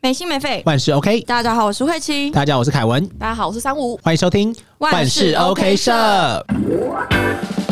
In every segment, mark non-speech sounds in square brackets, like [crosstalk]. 没心没肺。万事 OK，大家好，我是慧清。大家好，我是凯文，大家好，我是三五。欢迎收听万事 OK 社万事 OK 社。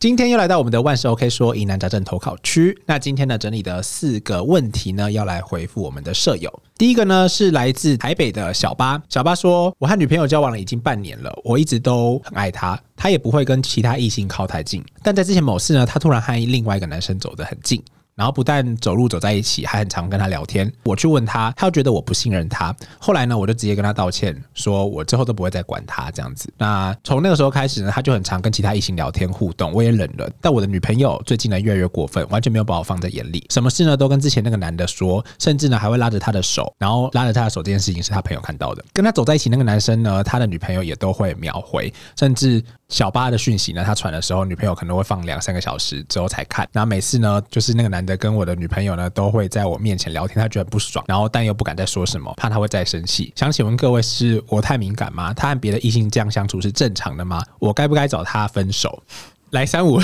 今天又来到我们的万事 OK 说疑难杂症投考区。那今天呢，整理的四个问题呢，要来回复我们的舍友。第一个呢是来自台北的小八，小八说：“我和女朋友交往了已经半年了，我一直都很爱她，她也不会跟其他异性靠太近。但在之前某次呢，她突然和另外一个男生走得很近。”然后不但走路走在一起，还很常跟他聊天。我去问他，他又觉得我不信任他。后来呢，我就直接跟他道歉，说我之后都不会再管他这样子。那从那个时候开始呢，他就很常跟其他异性聊天互动，我也忍了。但我的女朋友最近呢越来越过分，完全没有把我放在眼里，什么事呢都跟之前那个男的说，甚至呢还会拉着他的手，然后拉着他的手这件事情是他朋友看到的。跟他走在一起那个男生呢，他的女朋友也都会秒回，甚至小八的讯息呢，他传的时候，女朋友可能会放两三个小时之后才看。然后每次呢，就是那个男的跟我的女朋友呢，都会在我面前聊天，他觉得很不爽，然后但又不敢再说什么，怕他会再生气。想请问各位，是我太敏感吗？他和别的异性这样相处是正常的吗？我该不该找他分手？ [laughs] 来三五，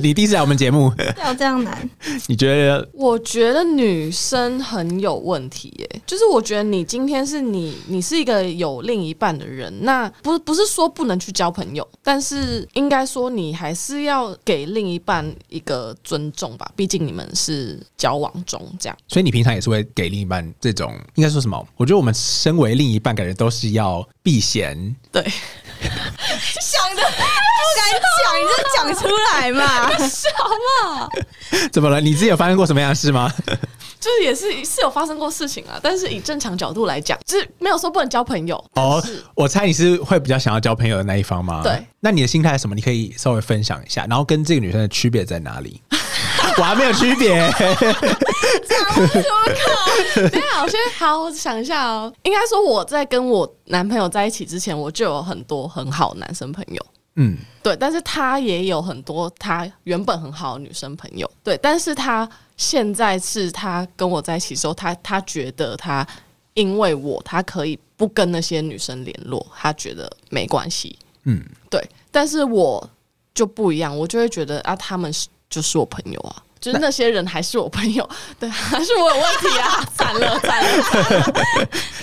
你第一次来我们节目，要这样难，你觉得我觉得女生很有问题耶、就是我觉得你今天是你，你是一个有另一半的人，那不不是说不能去交朋友，但是应该说你还是要给另一半一个尊重吧，毕竟你们是交往中这样。所以你平常也是会给另一半这种，应该说什么？我觉得我们身为另一半，感觉都是要避嫌。对，想的不敢讲，你就讲出来嘛。怎么了？你自己有发生过什么样的事吗？就是也是是有发生过事情啊，但是以正常角度来讲，就是没有说不能交朋友，哦，我猜你是会比较想要交朋友的那一方吗？对。那你的心态是什么？你可以稍微分享一下，然后跟这个女生的区别在哪 [laughs] 里？我还没有区别，等一下，我先好我想一下哦。应该说我在跟我男朋友在一起之前，我就有很多很好的男生朋友。嗯，对，但是他也有很多他原本很好的女生朋友，对，但是他现在是他跟我在一起之后，他他觉得他因为我，他可以不跟那些女生联络，他觉得没关系，嗯，对，但是我就不一样，我就会觉得啊，他们是就是我朋友啊。就是那些人还是我朋友，对，还是我有问题啊！ [laughs] 惨了惨了，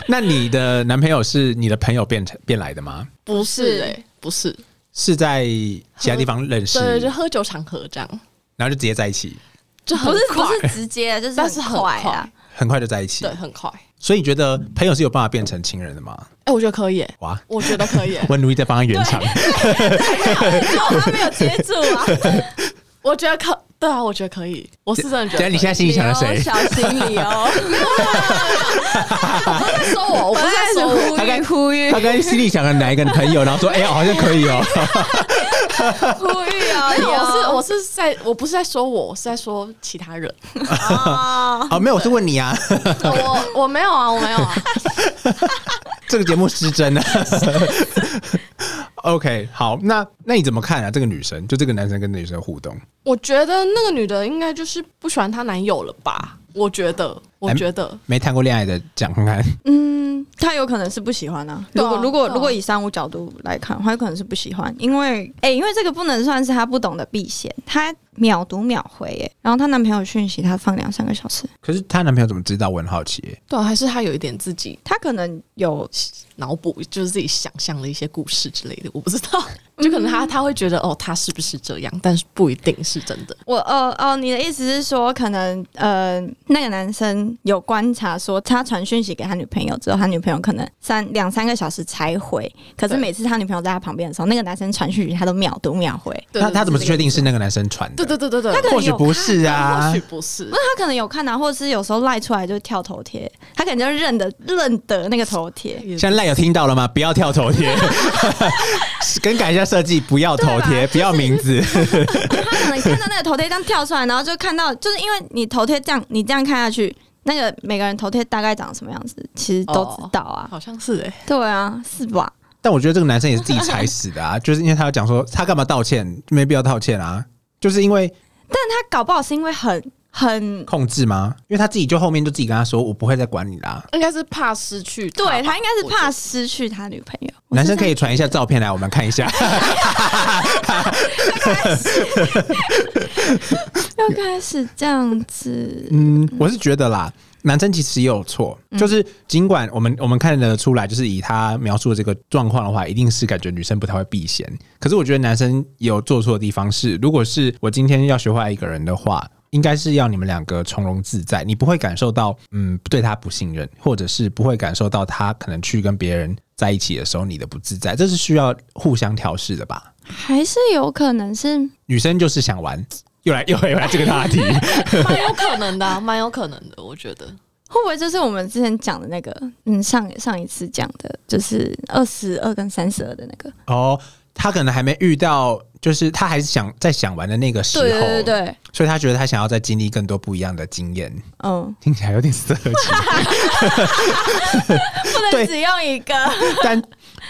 那你的男朋友是你的朋友变成变来的吗？不是是哎、不是，是在其他地方认识，呃对，就喝酒场合这样，然后就直接在一起，就很不是快不，是直接，就是但是很快啊快。很快就在一起对，。很快。哎、所以你觉得朋友是有办法变成情人的吗？我觉得可以、欸，哇，，我觉得可以、欸 [laughs] 我努力在帮他圆 [laughs] 场。哦，他没有接住啊！我觉得可，对啊，我觉得可以，我是真的觉等一下你现在得可以。心里想着你谁哦？小心你哦！我不是在说我，[laughs] 我我不是在说我，大概呼吁他跟心里想的哪一个朋友，然后说：“哎、呀，好像可以 [laughs] 哦。呼吁但是我是哦！ [laughs] 我是在我不是在说我，我是在说其他人。哦，哦，没有，我是问你啊。我我没有啊，我没有啊。这个节目失真了。OK，好，那那你怎么看啊？这个女生，就这个男生跟女生互动，我觉得那个女的应该就是不喜欢她男友了吧？我觉得，我觉得，没谈过恋爱的讲看看。嗯，他有可能是不喜欢啊。对如啊果如果对啊如果以三五角度来看，他有可能是不喜欢，因为哎、因为这个不能算是他不懂得避嫌，他秒读秒回哎、然后她男朋友讯息他放两三个小时，可是她男朋友怎么知道？我很好奇耶、对啊、还是她有一点自己他可能有脑补，就是自己想象的一些故事之类的，我不知道。嗯就可能她她会觉得哦，她是不是这样？但是不一定是真的。我哦哦，你的意思是说，可能呃，那个男生有观察说，他传讯息给他女朋友之后，他女朋友可能三两三个小时才回，可是对每次他女朋友在他旁边的时候，那个男生传讯息他都秒读秒回。对那他怎么对对确定是那个男生传的？对对对对那对，个或许不是或啊许。不是。那他可能有看啊，或者是有时候赖出来就跳头贴，他可能就认得认得那个头贴。也现在赖有听到了吗？不要跳头贴， [laughs] 更改一下设计，不要头啊贴，不要名字。 [laughs] 他可能看到那个头贴这样跳出来，然后就看到，就是因为你头贴这样，你这样看下去，那个每个人头贴大概长什么样子，其实都知道啊。好像是哎、对啊，是吧？但我觉得这个男生也是自己踩死的啊，就是因为他有讲说他干嘛道歉，没必要道歉啊，就是因为他搞不好是因为很很控制吗？因为他自己就后面就自己跟他说，我不会再管你啦。应该是怕失去他吧，对他应该是我觉怕得失去他女朋友。男生可以传一下照片来，我们看一下。 [laughs] 要开始这样子，嗯，我是觉得啦，男生其实也有错，就是尽管我们我们看得出来，就是以他描述的这个状况的话，一定是感觉女生不太会避嫌。可是我觉得男生也有做错的地方是，如果是我今天要学会爱一个人的话。应该是要你们两个从容自在，你不会感受到嗯对他不信任，或者是不会感受到他可能去跟别人在一起的时候你的不自在，这是需要互相调试的吧？还是有可能是女生就是想玩，又来又来又来这个大题，蛮有可能的、 [laughs] 啊，蛮有可能的，我觉 [laughs] 得。会不会就是我们之前讲的那个，嗯，上上一次讲的就是二十二跟三十二的那个，哦，他可能还没遇到，就是他还是想在想玩的那个时候，对对对对，所以他觉得他想要再经历更多不一样的经验，嗯，听起来有点色 [laughs] 情，不能对只用一个，但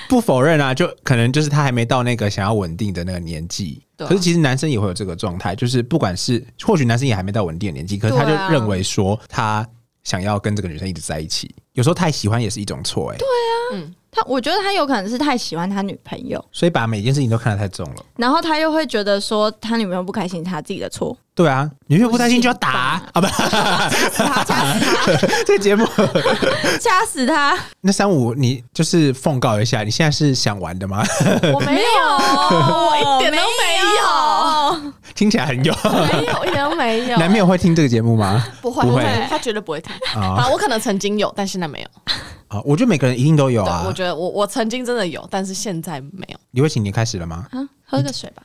不否认啊，就可能就是他还没到那个想要稳定的那个年纪。对啊可是其实男生也会有这个状态，就是不管是或许男生也还没到稳定的年纪，可是他就对啊认为说他想要跟这个女生一直在一起，有时候太喜欢也是一种错哎、他我觉得他有可能是太喜欢他女朋友，所以把每件事情都看得太重了。然后他又会觉得说他女朋友不开心，他自己的错，对啊，女朋友不开心就要打不 [laughs] 啊！啊不，掐死 [laughs] 这个节目他，掐死他，那三五，你就是奉告一下，你现在是想玩的吗？ [laughs] 我没有，我一点都没有，听起来很有。 [laughs] 有，没啊有，一点都没有。男朋友会听这个节目 [laughs] 吗？不会，不会他绝对不会听。啊啊，我可能曾经有，但现在没有。啊！我觉得每个人一定都有对，我啊。觉得我我曾经真的有，但是现在没有。李慧琴，你开始了吗？啊，喝个水吧，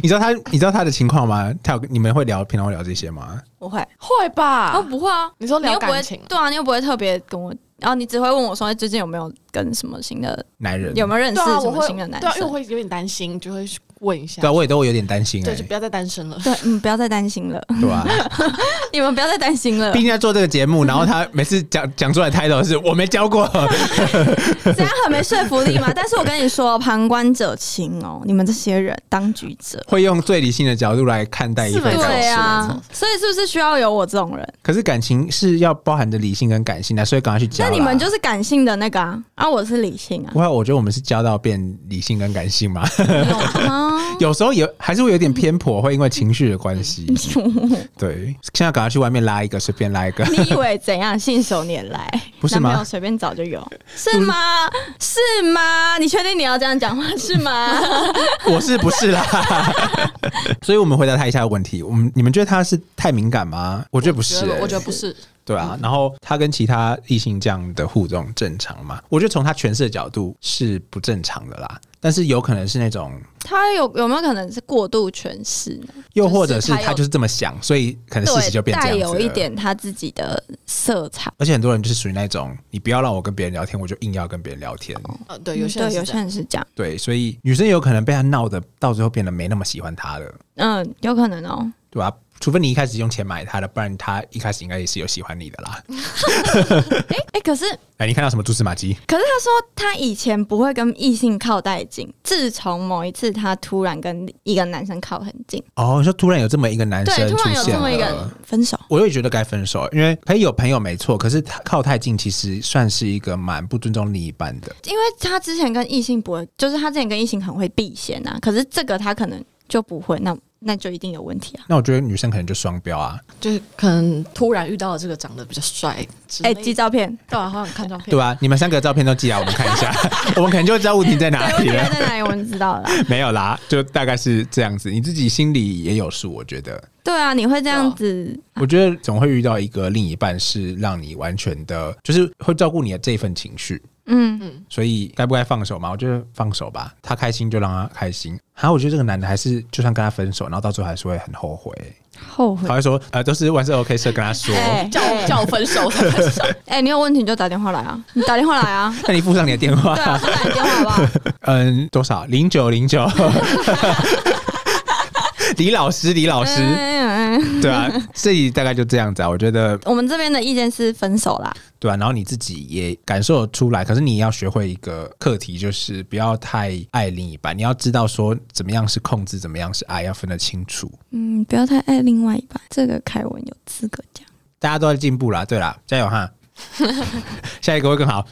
你知道他，你知道他的情况吗？他有你们会聊，平常会聊这些吗？我会，会吧？哦，不会啊，你说你聊又不会感情，对啊，你又不会特别跟我。然后你只会问我说最近有没有跟什么新的男人有没有认识对什啊，我么会新的男对啊，因为生我？会有点担心，就会去问一下对啊，。我也都有点担心哎、对，就不要再单 [laughs] 身了。对，嗯，不要再担心了， [laughs] 对吧、 [laughs] 你们不要再担心了毕，竟在做这个节目，然后他每次讲讲出来 title 是我没教过， [laughs] 这样很没说服力嘛。但是我跟你说，旁观者清哦，你们这些人当局者，会用最理性的角度来看待一份是没错感对情。没啊错，所以是不是需要有我这种人？可是感情是要包含着理性跟感性的，所以赶快去教那啦。你们就是感性的那个啊，啊，我是理性啊不，会，我觉得我们是教到变理性跟感性嘛。有 [laughs] 吗？有时候有还是会有点偏颇，会因为情绪的关系。对，现在赶快去外面拉一个，随便拉一个。 [laughs] 你以为怎样信手拈来？不是吗男朋友随便找就有，是吗？是吗？你确定你要这样 [laughs] 讲话是吗？我是不是啦？ [laughs] 所以我们回答他一下问题，我们你们觉得他是太敏感吗？我觉得不是、欸我觉得不是。对啊。然后他跟其他异性这样的互动正常吗？我觉得从他诠释的角度是不正常的啦，但是有可能是那种。他有有没有可能是过度诠释呢？又或者是就是他有他就是这么想，所以可能事情就对，变这带样子有一了点他自己的色彩。而且很多人就是属于那种，你不要让我跟别人聊天，我就硬要跟别人聊天。呃，对，有些人嗯对是有这些样人是这样，对，所以女生有可能被他闹的，到最后变得没那么喜欢他了，嗯，有可能哦。对吧、除非你一开始用钱买他的，不然他一开始应该也是有喜欢你的啦。哎、哎、可是哎，你看到什么蛛丝马迹？可是他说他以前不会跟异性靠太近，自从某一次他突然跟一个男生靠很近，哦，说突然有这么一个男对，生突出然有这现么一个人了。分手，我也觉得该分手，因为可以有朋友没错，可是他靠太近其实算是一个蛮不尊重另一半的。因为他之前跟异性不会，就是他之前跟异性很会避嫌啊，可是这个他可能就不会，那那就一定有问题啊。那我觉得女生可能就双标啊，就是可能突然遇到了这个长得比较帅之哎、类的，寄照片，对啊，好想看照片。对吧、你们三个照片都寄来我们看一 [laughs] 下，我们可能就知道问题在哪对，问里啊题了。在哪里我们知道了 [laughs] 啦。没有啦，就大概是这样子，你自己心里也有数，我觉得。对啊，你会这样子，我觉得总会遇到一个另一半是让你完全的，就是会照顾你的这份情绪，嗯，所以该不该放手嘛？我觉得放手吧，他开心就让他开心。还有，我觉得这个男的还是，就算跟他分手，然后到最后还是会很后悔，后悔他。会说，呃，都是完事 OK 社跟他说，哎叫我叫我分手，分手哎、你有问题你就打电话来啊，你打电话来 [laughs] 啊，那你附上你的电话对，啊，就打你电话好不好？嗯，多少零九零九，09 09李老师，李老师，嗯嗯嗯啊，对啊，这里大概就这样子啊。我觉得我们这边的意见是分手啦，对啊，然后你自己也感受得出来，可是你要学会一个课题，就是不要太爱另一半，你要知道说怎么样是控制，怎么样是爱，要分得清楚。嗯，不要太爱另外一半，这个凯文有资格讲。大家都在进步啦，对啦，加油哈！下一个会更好。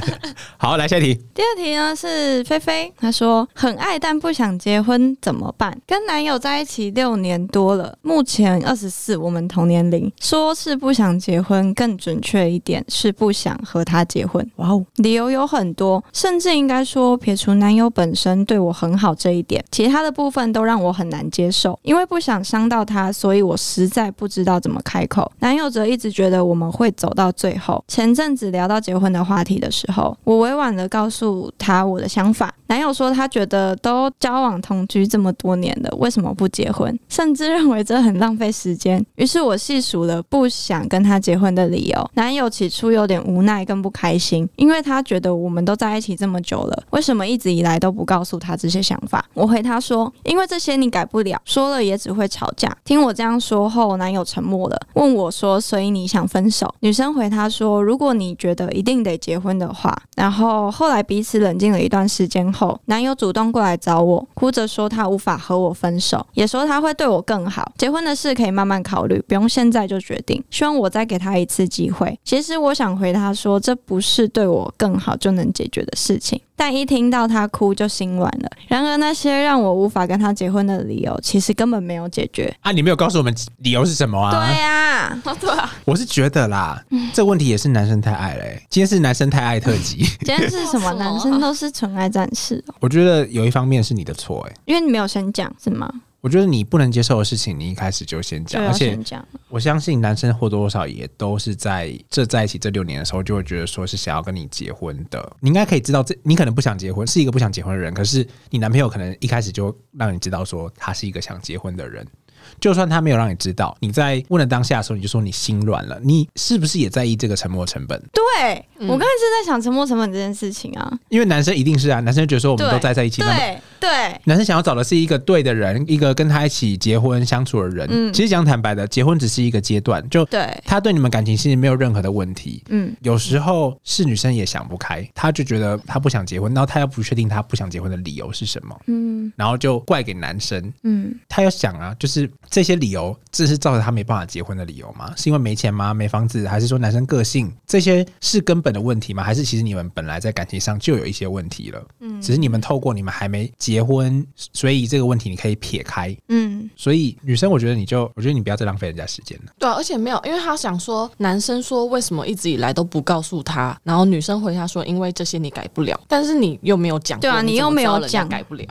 [laughs] 好，来下一题。第二题呢是菲菲，她说很爱但不想结婚怎么办？跟男友在一起六年多了，目前二十四，我们同年龄，说是不想结婚，更准确一点是不想和他结婚。 [laughs] 哇哦，理由有很多，甚至应该说撇除男友本身对我很好这一点，其他的部分都让我很难接受，因为不想伤到他，所以我实在不知道怎么开口。男友则一直觉得我们会走到最后。前阵子聊到结婚的话题的时候，我委婉的告诉他我的想法，男友说他觉得都交往同居这么多年了，为什么不结婚？甚至认为这很浪费时间。于是我细数了不想跟他结婚的理由，男友起初有点无奈跟不开心，因为他觉得我们都在一起这么久了，为什么一直以来都不告诉他这些想法？我回他说，因为这些你改不了，说了也只会吵架。听我这样说后，男友沉默了，问我说，所以你想分手？女生回他说，如果你觉得一定得结婚的话，然后后来彼此冷静了一段时间后，男友主动过来找我，哭着说他无法和我分手，也说他会对我更好，结婚的事可以慢慢考虑，不用现在就决定，希望我再给他一次机会。其实我想回他说，这不是对我更好就能解决的事情。但一听到他哭就心软了。然而，那些让我无法跟他结婚的理由，其实根本没有解决。啊，你没有告诉我们理由是什么啊？对呀、 [laughs] 啊，对啊，我是觉得啦，这问题也是男生太爱了、欸。今天是男生太爱特辑，今天是 [laughs] 什么？什么啊男生都是纯爱战士哦，我觉得有一方面是你的错、欸，因为你没有先讲是吗？我觉得你不能接受的事情，你一开始就先就讲，要而且先啊讲。我相信男生或多或少也都是在这在一起这六年的时候，就会觉得说是想要跟你结婚的。你应该可以知道这，你可能不想结婚，是一个不想结婚的人，可是你男朋友可能一开始就让你知道说他是一个想结婚的人。就算他没有让你知道，你在问的当下的时候，你就说你心软了，你是不是也在意这个沉没成本？对、嗯我刚才是在想沉没成本这件事情啊。因为男生一定是啊，男生觉得说我们对都待在一起，那么对对，男生想要找的是一个对的人，一个跟他一起结婚相处的人。嗯其实讲坦白的，结婚只是一个阶段，就对，他对你们感情其实没有任何的问题。嗯，有时候是女生也想不开，她就觉得她不想结婚，然后她又不确定她不想结婚的理由是什么，嗯然后就怪给男生。嗯，她要想啊，就是这些理由，这是造成她没办法结婚的理由吗？是因为没钱吗？没房子，还是说男生个性？这些是根本的问题吗？还是其实你们本来在感情上就有一些问题了？嗯只是你们透过你们还没结婚，所以这个问题你可以撇开。嗯，所以女生，我觉得你就，我觉得你不要再浪费人家时间了。对啊，而且没有，因为他想说，男生说为什么一直以来都不告诉他，然后女生回他说，因为这些你改不了，但是你又没有讲过，对啊你你又怎么知道没有人家讲改不了，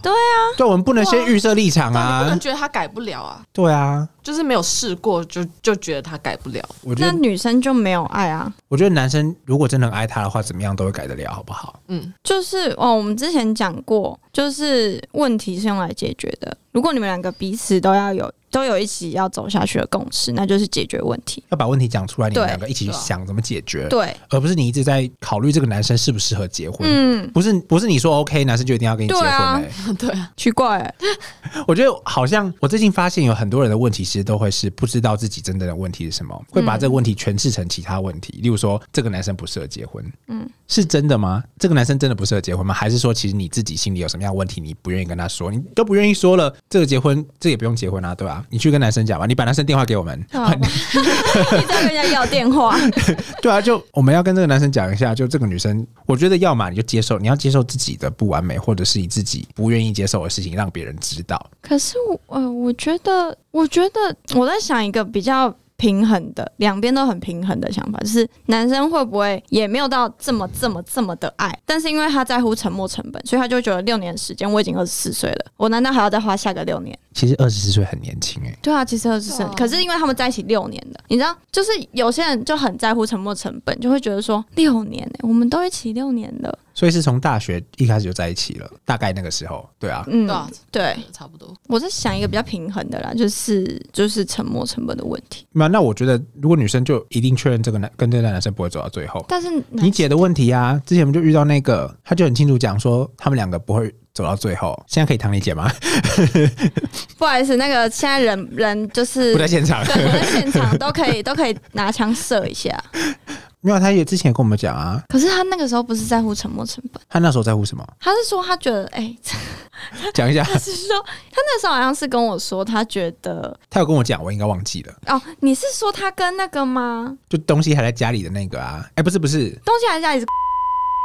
对，我们不能先预设立场对啊，你啊不能。觉得他改不了啊，对啊，就是没有试过就就觉得他改不了，我觉那得，女生就没有爱啊。我觉得男生如果真的很爱他的话，怎么样都会改得了，好不好？嗯，就是哦，我们之前讲过，就是问题是用来解决的。如果你们两个彼此都要有都有一起要走下去的共识，那就是解决问题。要把问题讲出来，你们对两个一起对啊想怎么解决，对，而不是你一直在考虑这个男生适不适合结婚。嗯，不是不是你说 OK，男生就一定要跟你结婚、对啊欸对啊，奇怪、 [laughs] 我觉得好像我最近发现有很多人的问题，其实都会是不知道自己真正的问题是什么，会把这个问题诠释成其他问题。例如说，这个男生不适合结婚，嗯，是真的吗？这个男生真的不适合结婚吗？还是说，其实你自己心里有什么样的问题，你不愿意跟他说，你都不愿意说了，这个结婚这也不用结婚啊，对吧、你去跟男生讲吧，你把男生电话给我们，好吧一直在跟人家要电话，对啊，就我们要跟这个男生讲一下，就这个女生，我觉得要么你就接受，你要接受自己的不完美，或者是你自己不愿意接受的事情，让别人知道。可是我呃，我觉得，我觉得我在想一个比较平衡的，两边都很平衡的想法，就是男生会不会也没有到这么这么这么的爱，但是因为他在乎沉没成本，所以他就会觉得六年时间我已经二十四岁了，我难道还要再花下个六年？其实二十四岁很年轻哎、对啊，其实二十对四啊，可是因为他们在一起六年了，你知道，就是有些人就很在乎沉没成本，就会觉得说六年、欸，我们都一起六年了，所以是从大学一开始就在一起了，大概那个时候，对啊。嗯对啊，对，差不多，我在想一个比较平衡的啦，就是就是沉没成本的问题，那那我觉得，如果女生就一定确认这个男跟这个男生不会走到最后，但是男你姐的问题啊，之前我们就遇到那个，她就很清楚讲说，他们两个不会走到最后。现在可以堂理解吗？不好意思，那个现在人人就是不在现场。 [laughs] 对，我在现场都可以 [laughs] 都可以拿枪射一下。没有，他也之前也跟我们讲啊，可是他那个时候不是在乎沉没成本，他那时候在乎什么？他是说他觉得，哎、 [laughs] 讲一下， [laughs] 他是说他那时候好像是跟我说，他觉得他有跟我讲，我应该忘记了，哦，你是说他跟那个吗？就东西还在家里的那个啊。哎、不是不是，东西还在一直 [laughs]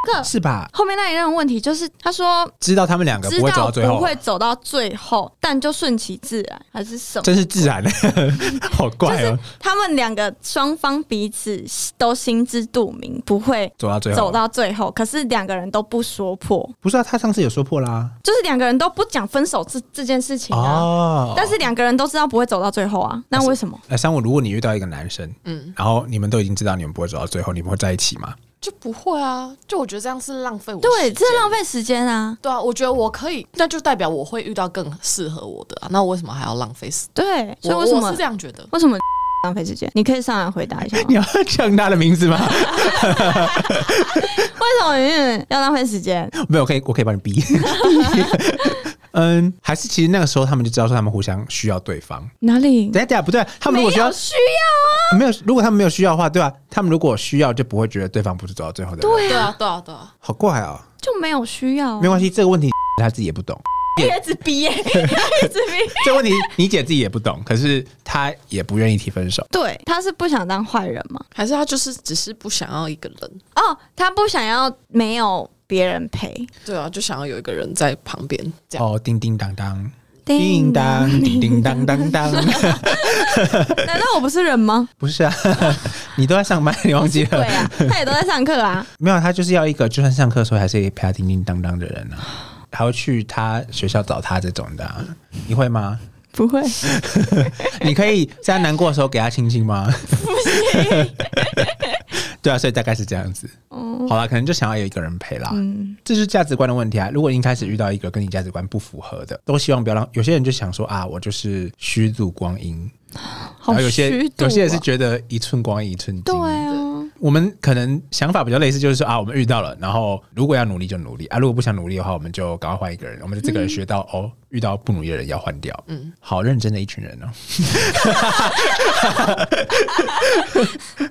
个是吧？后面那一任问题就是，他说知道他们两个知不会走道到最不后，啊会走到最后，但就顺其自然还是什么？真是自然的， [laughs] 好怪哦、他们两个双方彼此都心知肚明，不会走到最后，走到最后，可是两个人都不说破，不是啊，他上次有说破啦、就是两个人都不讲分手这这件事情啊。哦，但是两个人都知道不会走到最后啊，那为什么？呃，三五，如果你遇到一个男生，嗯，然后你们都已经知道你们不会走到最后，你们会在一起吗？ [laughs] 就不会啊，就我觉得这样是浪费我时对，间这是浪费时间啊。对啊，我觉得我可以，那就代表我会遇到更适合我的、啊，那我为什么还要浪费时对，所以间？我为什我么是这样觉 [laughs] 得，为什么 [laughs] 浪费时间？你可以上来回答一下吗，哎你要讲他的名字吗？ [laughs] 为什么你要浪费时间？没有，我可以，我可以帮你逼。 [laughs] 嗯，还是其实那个时候他们就知道说他们互相需要对方。哪里？等一下等一下，不对啊，他们如没果需要有需要没有，如果他们没有需要的话，对吧、他们如果需要，就不会觉得对方不是走到最后的人。对对啊，对啊，对啊，好怪哦、就没有需要、没啊，关系，这个问题 [laughs] 他自己也不懂， [laughs] 一直逼 [laughs] 耶、一直逼。这个问题 [laughs] 你姐自己也不懂，可是她也不愿意提分手。对，他是不想当坏人嘛？还是他就是只是不想要一个人，哦，他不想要没有别人陪。对啊，就想要有一个人在旁边这样。哦，叮叮当当，叮当，叮叮当当当，难道我不是人吗？不 [laughs] 是啊，你都在上班，你忘记对了？啊，他也都在上课啊。没有，他就是要一个就算上课的时候还是陪他叮叮当当的人 [laughs] 啊，还会去他学校找他这种的啊、你会吗？ [laughs] 不会，你可以在他难过的时候给他亲亲吗？ [laughs] 对啊，所以大概是这样子。哦好啦，可能就想要有一个人陪啦。嗯这是价值观的问题啊。如果你一开始遇到一个跟你价值观不符合的，都希望不要让有些人就想说啊，我就是虚度光阴，好然后有些虚度、啊。有些人是觉得一寸光阴一寸金。对啊，我们可能想法比较类似，就是说啊，我们遇到了，然后如果要努力就努力啊，如果不想努力的话，我们就赶快换一个人。我们就这个人学到、哦，遇到不努力的人要换掉。嗯，好认真的一群人哦。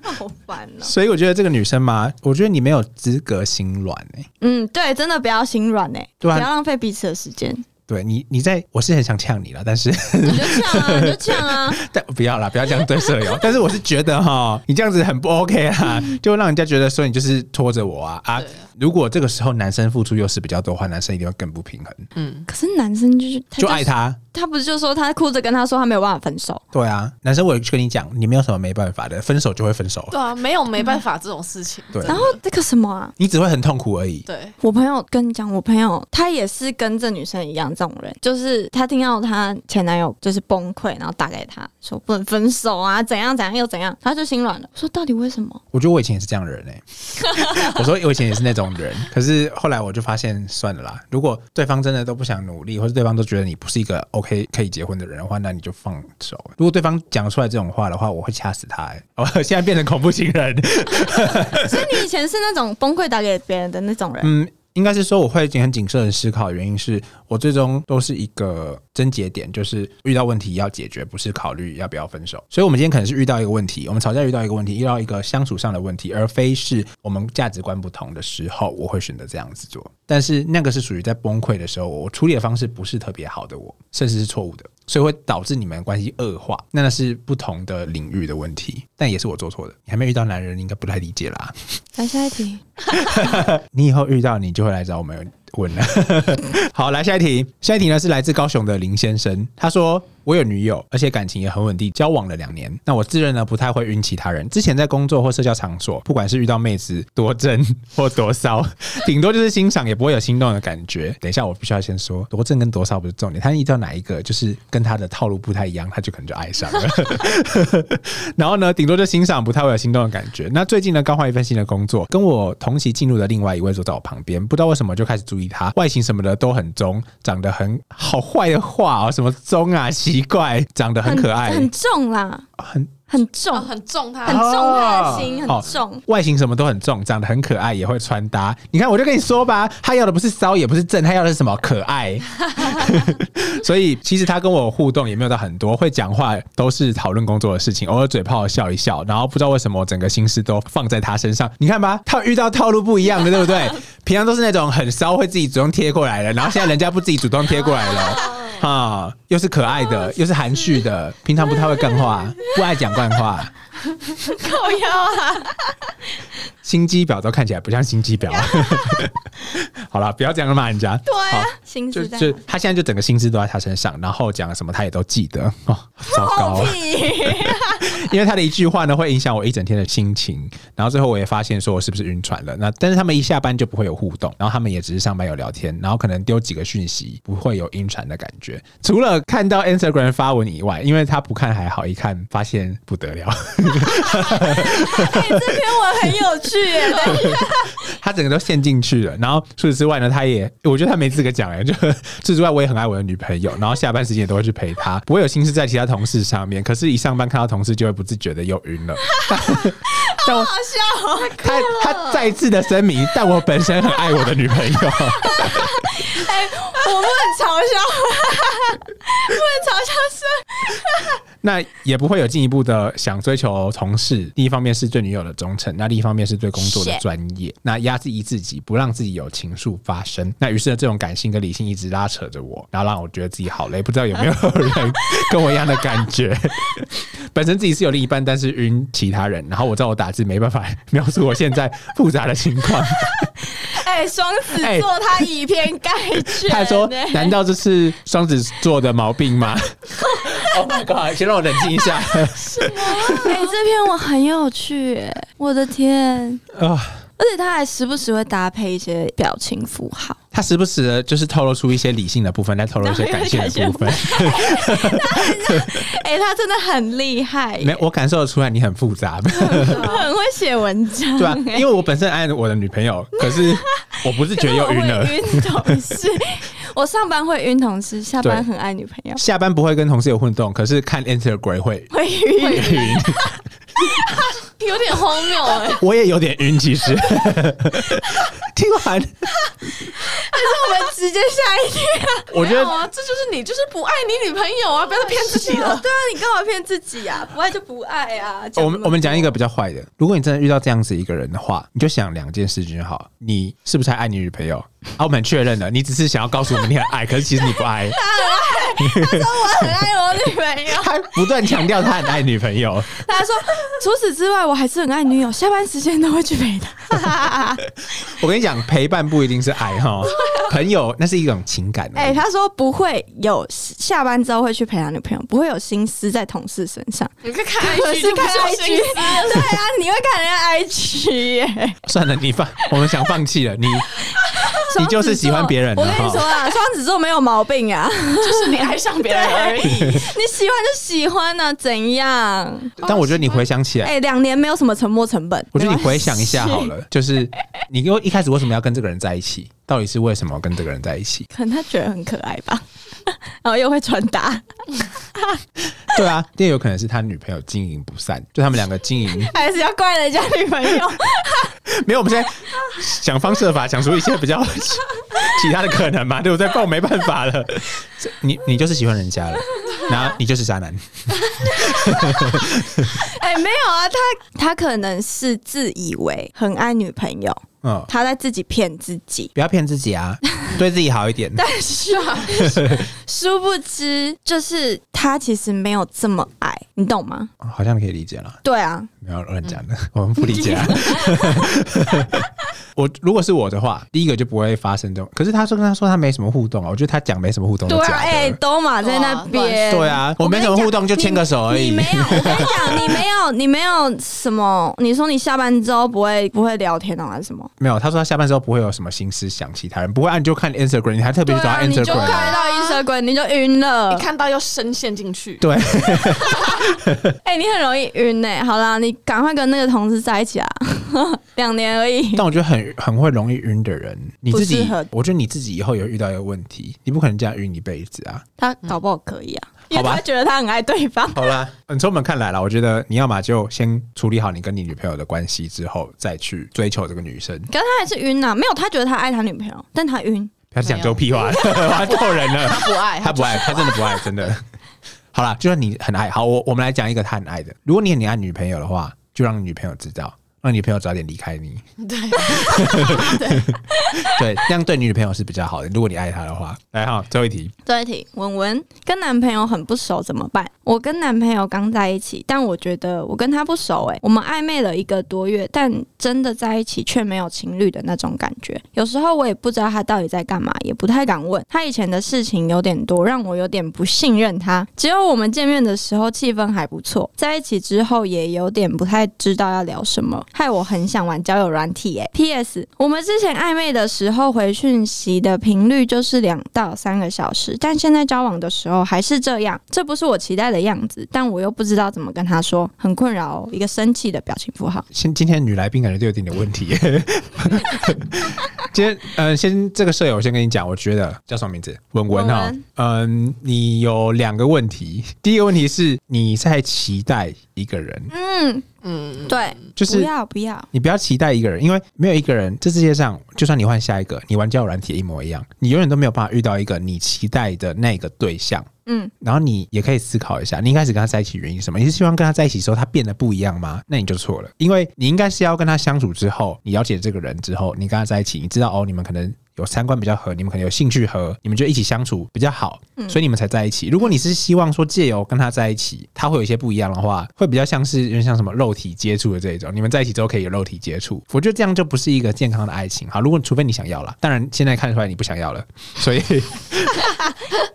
好烦哦、所以我觉得这个女生嘛，我觉得你没有资格心软哎、 [laughs] 嗯，对，真的不要心软哎、对啊不要浪费彼此的时 [laughs] 间。对你，你在我是很想呛你了，但是 [laughs] 你就呛啊，你就呛啊。但不要啦，不要这样对舍 [laughs] 友。但是我是觉得哈，你这样子很不 OK 啊，就会让人家觉得说你就是拖着我啊啊对啊！如果这个时候男生付出又是比较多的话，男生一定会更不平衡，嗯， [laughs] 可是男生就是他就爱，他。他不是就说他哭着跟他说他没有办法分手，对啊，男生我也跟你讲，你没有什么没办法的，分手就会分手，对啊，没有没办法这种事情。哦对真的然后那个什么啊，你只会很痛苦而已。对，我朋友跟你讲，我朋友她也是跟这女生一样这种人，就是她听到她前男友就是崩溃，然后打给她说不能分手啊，怎样怎样又怎样，她就心软了。我说到底为什么？我觉得我以前也是这样的人哎、我说我以前也是那种人，可是后来我就发现算了啦。如果对方真的都不想努力，或者对方都觉得你不是一个 OK 可以结婚的人的话，那你就放手。如果对方讲出来这种话的话，我会掐死他哎、我现在变成恐怖情人，所以你以前是那种崩溃打给别人的那种人，嗯。应该是说我会很谨慎的思考，原因是我最终都是一个症结点，就是遇到问题要解决，不是考虑要不要分手。所以，我们今天可能是遇到一个问题，我们吵架遇到一个问题，遇到一个相处上的问题，而非是我们价值观不同的时候，我会选择这样子做。但是那个是属于在崩溃的时候，我处理的方式不是特别好的我，甚至是错误的，所以会导致你们的关系恶化。那那是不同的领域的问题，但也是我做错的。你还没遇到男人，你应该不太理解啦。来下一题，你以后遇到你就会来找我们问了。 [laughs] 好，来下一题。下一题呢是来自高雄的林先生，他说：“我有女友，而且感情也很稳定，交往了两年。那我自认呢不太会晕其他人。之前在工作或社交场所，不管是遇到妹子多正或多骚， [laughs] 顶多就是欣赏，也不会有心动的感觉。等一下，我必须要先说，多正跟多骚不是重点，他遇到哪一个就是跟他的套路不太一样，他就可能就爱上了。” [laughs] 然后呢，顶多就欣赏，不太会有心动的感觉。那最近呢，刚换一份新的工作，跟我同期进入的另外一位坐在我旁边，不知道为什么就开始注意他，外形什么的都很中，长得很好坏的话哦，什么中啊、西奇怪，长得很可爱，哦很重啦，很哦很重，啊很重他，很重他哦的心，哦很 [laughs] 重。外形什么都很重，长得很可爱，也会穿搭。你看，我就跟你说吧，他要的不是骚，也不是正，他要的是什么可爱。 [laughs] 所以其实他跟我互动也没有到很多，会讲话都是讨论工作的事情，偶尔嘴炮笑一笑，然后不知道为什么我整个心思都放在他身上。你看吧，他遇到套路不一样的，对不对？ [laughs] 平常都是那种很骚，会自己主动贴过来的，然后现在人家不自己主动贴过来了。啊、又是可爱的，又是含蓄的，平常不太会干话，不爱讲惯话。靠腰啊！心机婊都看起来不像心 [laughs] 机婊。好了，不要这样骂人家。对啊好，心就思在就他现在就整个心思都在他身上，然后讲什么他也都记得 [laughs] 哦，糟啊糕，屁。因为他的一句话呢会影响我一整天的心情，然后最后我也发现说我是不是晕船了。那但是他们一下班就不会有互动，然后他们也只是上班有聊天，然后可能丢几个讯息，不会有晕船的感觉。除了看到 Instagram 发文以外，因为他不看还好，一看发现不得了，哎，这篇文很有趣 [laughs] 耶，他整个都陷进去了。然后除此之外呢，他也我觉得他没资格讲哎、 [laughs] 就除此之外，我也很爱我的女朋友，然后下班时间也都会去陪她，不会有心思在其他同事上面。可是，一上班看到同事就会不自觉的又晕了。但我好笑哦。他他再次的声明，但我本身很爱我的女朋友。哎，我们很嘲 [laughs] 笑，不能嘲笑说那也不会有进一步的想追求同事。第一方面是对女友的忠诚，那另一方面是对工作的 Shit 专业。那压抑自己，不让自己有情愫发生。那于是呢，这种感性跟理性一直拉扯着我，然后让我觉得自己好累。不知道有没有人跟我一样的感觉？ [laughs] 本身自己是有另一半，但是晕其他人。然后我知道我打字没办法描述我现在复杂的情况。哎，双子哎座他以偏概全。他 [laughs] 还说：“难道道这是双子座的毛病吗 [laughs] ？”Oh my god！先让我冷静一下哎，这篇文很有趣耶，我的天！啊。而且他还时不时会搭配一些表情符号。他时不时的就是透露出一些理性的部分，再透露一些感性的部分。哎、他真的很厉害耶，没有，我感受得出来你很复 [laughs] 杂，很会写文章、对吧、啊哎因为我本身爱我的女朋友，可是我不自觉又晕可。是我了 [laughs] 会晕同事，我上班会晕同事，下班对很爱女朋友，下班不会跟同事有互动，可是看 Instagram [laughs] 会会晕。晕，有点荒 [laughs] 谬哎、我也有点晕。其 [laughs] 实听我完，们直接下一题。我觉没 [laughs] 得有啊，这就是你就是不爱你女朋友啊，不要再骗自己了。 [laughs] 对啊，你干嘛骗自己啊？不爱就不爱啊。哦我们我们讲一个比较坏的，如果你真的遇到这样子一个人的话，你就想两件事情就好，你是不是还爱你女朋友？啊，我们确认了，你只是想要告诉我们你很爱，可是其实你不爱，我很爱我女朋 [laughs] 友。他不断强调他很爱女朋友，他说，除此之外，我还是很爱女友，下班时间都会去陪 [laughs] 她。我跟你讲，陪伴不一定是 [laughs] 爱哈，朋友那是一种情感。啊哎、他说不会有下班之后会去陪他女朋友，不会有心思在同事身上。 [laughs] 你看 [laughs] 看我 IG 是就不看小 IG，心对啊，你会看人家 IG 耶？算了，你放，我们想放弃了， [laughs] 你你就是喜欢别人我了跟你说哈。 [laughs] 啊，双子座没有毛病 [laughs] 啊，就是你爱上别人 [laughs] 而已。你喜欢就喜欢呢、啊，怎样？但我觉得你回想起来，哎、两年没有什么沉没成本。我觉得你没关回系想一下好，了， [laughs] 就是你因为一开始为什么要跟这个人在一起？到底是为什么跟这个人在一起？可能他觉得很可爱吧， [laughs] 然后又会穿搭，对啊，也有可能是他女朋友经营不善，就他们两个 [laughs] 经营。 [laughs] 还是要怪人家女朋 [laughs] 友。没有，我们现在想方设法想出一些比较其他的可能嘛，对不对？不然我没办法 [laughs] 了。这你你就是喜欢人家了，然后你就是渣男。哎、没有啊，他他可能是自以为很爱女朋友，嗯，他在自己骗自己。 [laughs] 不要骗自己啊，对自己好一点。但是，殊不知，就是他其实没有这么爱，你懂吗？哦好像可以理解了，对啊，没有乱讲的，我们不理 [laughs] 解啊。 [laughs] 我如果是我的话，第一个就不会发生这种。可是他说跟他说他没什么互动啊，我觉得他讲没什么互动对都啊，假哎、的。都嘛在那边，对啊，我跟没你什讲么互动，就牵个手而你已没。有，哎我跟你讲，你没有，你没有什么？你说你下班之后不会不会聊天哦，还是什么？没有，他说他下班之后不会有什么心思想其他人，不会啊，你就看 Instagram，你还特别对去找啊，他你就 Instagram 啊。看到 Instagram 你就晕了你。看到又深陷进去，对， [laughs] 哎、你很容易晕哎、好啦，你赶快跟那个同事在一起啊， [laughs] 两年而已。但我觉得很很会容易晕的人，你自己不适合，我觉得你自己以后有遇到一个问题，你不可能这样晕一辈子啊。他搞不好可以啊，因为好吧他会觉得他很爱对方。好啦， [laughs] 嗯，从我们看来啦，我觉得你要嘛就先处理好你跟你女朋友的关系之后，再去追求这个女生。可是他还是晕呐、啊没有，他觉得他爱他女朋友，但他晕。不要讲周屁话， [laughs] 我要揍人了。他不爱，哎他不爱，他真的不爱，真的。好啦，就算你很爱，好，我我们来讲一个他很爱的。如果你很爱女朋友的话，就让你女朋友知道，让你女朋友早点离开你。对，对，这样对你女朋友是比较好的。如果你爱她的话，来好，最后一题，最后一题，文文跟男朋友很不熟怎么办？我跟男朋友刚在一起，但我觉得我跟他不熟诶、我们暧昧了一个多月，但真的在一起却没有情侣的那种感觉。有时候我也不知道他到底在干嘛，也不太敢问。他以前的事情有点多，让我有点不信任他。只有我们见面的时候气氛还不错，在一起之后也有点不太知道要聊什么，害我很想玩交友软体诶、P.S. 我们之前暧昧的时候回讯息的频率就是两到三个小时，但现在交往的时候还是这样，这不是我期待的样子，但我又不知道怎么跟他说，很困扰哦、一个生气的表情符号。先今天女来宾感觉都有点点问题。 [laughs] 今天，呃，先这个舍友先跟你讲，我觉得叫什么名字？文文哈文，嗯、你有两个问题。第一个问题是你在期待一个人，嗯，嗯，对，就是不要不要，你不要期待一个人，因为没有一个人，这世界上就算你换下一个，你玩交友软体也一模一样，你永远都没有办法遇到一个你期待的那个对象。嗯，然后你也可以思考一下，你一开始跟他在一起原因是什么？你是希望跟他在一起之后他变得不一样吗？那你就错了，因为你应该是要跟他相处之后，你了解这个人之后，你跟他在一起，你知道哦，你们可能有三观比较合，你们可能有兴趣合，你们就一起相处比较好，所以你们才在一起。如果你是希望说借由跟他在一起，他会有一些不一样的话，会比较像是有点像什么肉体接触的这一种，你们在一起之后可以有肉体接触，我觉得这样就不是一个健康的爱情。好，如果除非你想要啦，当然现在看得出来你不想要了，所以。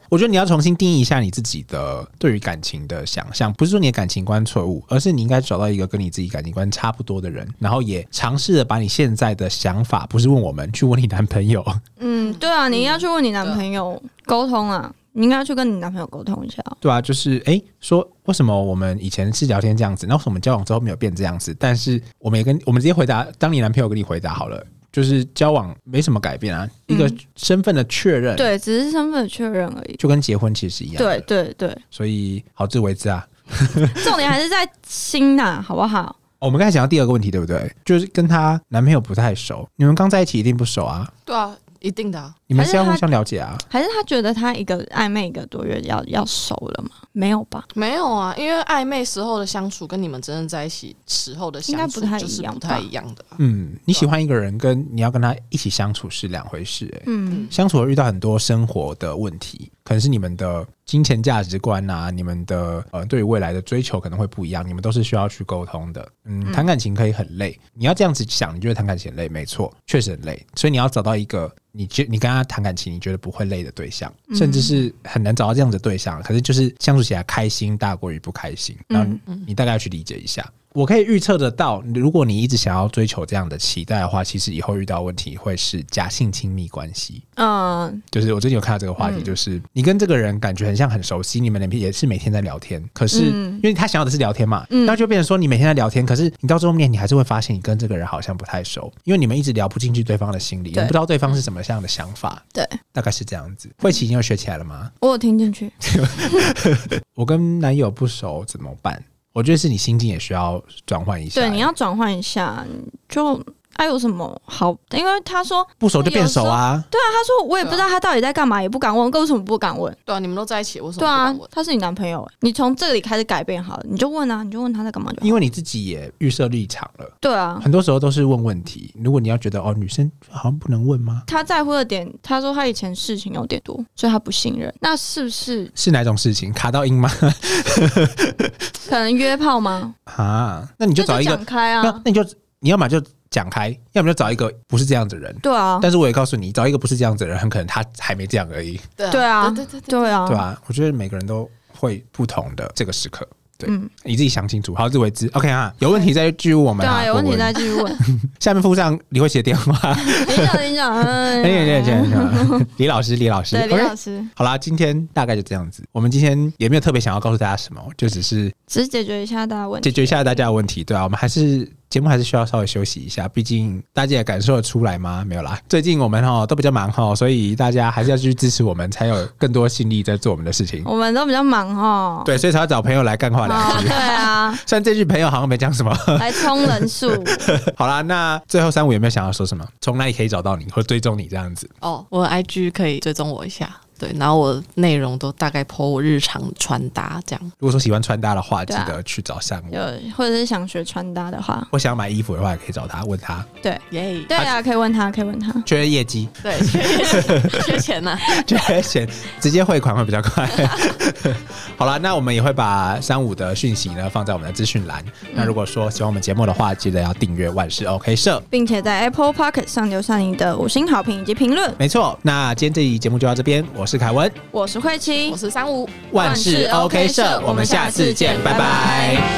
我觉得你要重新定义一下你自己的对于感情的想象，不是说你的感情观错误，而是你应该找到一个跟你自己感情观差不多的人，然后也尝试着把你现在的想法，不是问我们，去问你男朋友。 [laughs] 嗯，对啊，你应该去问你男朋友沟通啊，你应该去跟你男朋友沟通一下。对啊，就是诶，说为什么我们以前是聊天这样子，那为什么交往之后没有变这样子？但是我们也跟我们直接回答，当你男朋友跟你回答好了，就是交往没什么改变啊，一个身份的确认，，对，只是身份的确认而已。就跟结婚其实是一样的，对，对对，所以好自为之啊。重点还是在心呐、好不好？哦我们刚才讲到第二个问题，对不对？就是跟她男朋友不太熟，你们刚在一起一定不熟啊，对啊，一定的啊、你们是要还是她互相了解啊。还是他觉得他一个暧昧一个多月要要熟了吗？没有吧？没有啊，因为暧昧时候的相处跟你们真正在一起时候的相应该处不太就是一样不太吧一样的啊、嗯，你喜欢一个人，跟你要跟他一起相处是两回事、欸。嗯，相处会遇到很多生活的问题，可能是你们的金钱价值观啊，你们的呃对于未来的追求可能会不一样，你们都是需要去沟通的。嗯，谈感情可以很累，你要这样子想，你觉得谈感情很累，没错，确实很累。所以你要找到一个你觉你跟他谈感情，你觉得不会累的对象，甚至是很难找到这样子的对象，可是就是相处起来开心大过于不开心，嗯然后你大概要去理解一下。我可以预测得到，如果你一直想要追求这样的期待的话，其实以后遇到问题会是假性亲密关系。嗯，就是我最近有看到这个话题，就是、你跟这个人感觉很像很熟悉，你们两边也是每天在聊天，可是、嗯因为他想要的是聊天嘛，那就变成说你每天在聊天，可是你到最后面你还是会发现你跟这个人好像不太熟，因为你们一直聊不进去对方的心里，你对不知道对方是什么样的想法，对大概是这样子。慧琪，你有学起来了吗？我有听进去。我跟男友不熟怎么办？我觉得是你心境也需要转换一下，欸对，你要转换一下，就哎有什么好？因为他说，不熟就变熟啊。他说我也不知道他到底在干嘛，嗯也不敢问，为什么不敢问？对啊，你们都在一起，为什么对不啊敢问？，他是你男朋友欸，你从这里开始改变好了，你就问啊，你就问他在干嘛就好。因为你自己也预设立场了，对啊，很多时候都是问问题。如果你要觉得哦，女生好像不能问吗？他在乎的点，他说他以前事情有点多，所以他不信任。那是不是是哪种事情？卡到音吗？可能约炮吗？啊，那你就找一那个讲，开那、啊，那你就你要么就讲开，要么就找一个不是这样子的人。对啊，但是我也告诉你，找一个不是这样子的人，很可能他还没这样而已，对啊，对啊对对对对对啊，对吧、我觉得每个人都会不同的这个时刻，对、嗯你自己想清楚，好自为之。OK 啊，有问题再继续问我们对啊，有问题博文再继续问。 [laughs] 下面附上李慧琪的电话。林长，林长，哎哎哎哎哎 [laughs] 李老师，李老师嗯对，林 OK 老师，好啦，今天大概就这样子。我们今天也没有特别想要告诉大家什么，就只是只是解决一下大家问解题。决一下大家的问题，对啊，我们还是节目还是需要稍微休息一下，毕竟大家也感受得出来吗？没有啦，最近我们哈都比较忙哈，所以大家还是要继续支持我们，才有更多心力在做我们的事情。我们都比较忙哦。对，所以才要找朋友来干话两哦，句对。 [laughs] 啊，虽然这句朋友好像没讲什么，来冲人数。好啦，那最后三五有没有想要说什么？从哪里可以找到你或追踪你这样子？哦，我的 IG 可以追踪我一下，对，然后我内容都大概 po 我日常穿搭这样。如果说喜欢穿搭的话，记对啊得去找善有我。或者是想学穿搭的话，或想买衣服的话，也可以找他问他。对耶、对啊，可以问他，可以问他。缺业绩， [laughs] 对，缺缺钱啊 [laughs] [laughs] 呐、缺钱，直接汇款会比较快。 [laughs] 好啦，那我们也会把三五的讯息呢放在我们的资讯栏。那如果说喜欢我们节目的话，记得要订阅万事 OK 社。并且在 Apple Pocket 上留下你的五星好评以及评论。没错，那今天这期节目就到这边，我是凯文，我是慧琪我，是三五。万事 OK 社，我们下次见，拜拜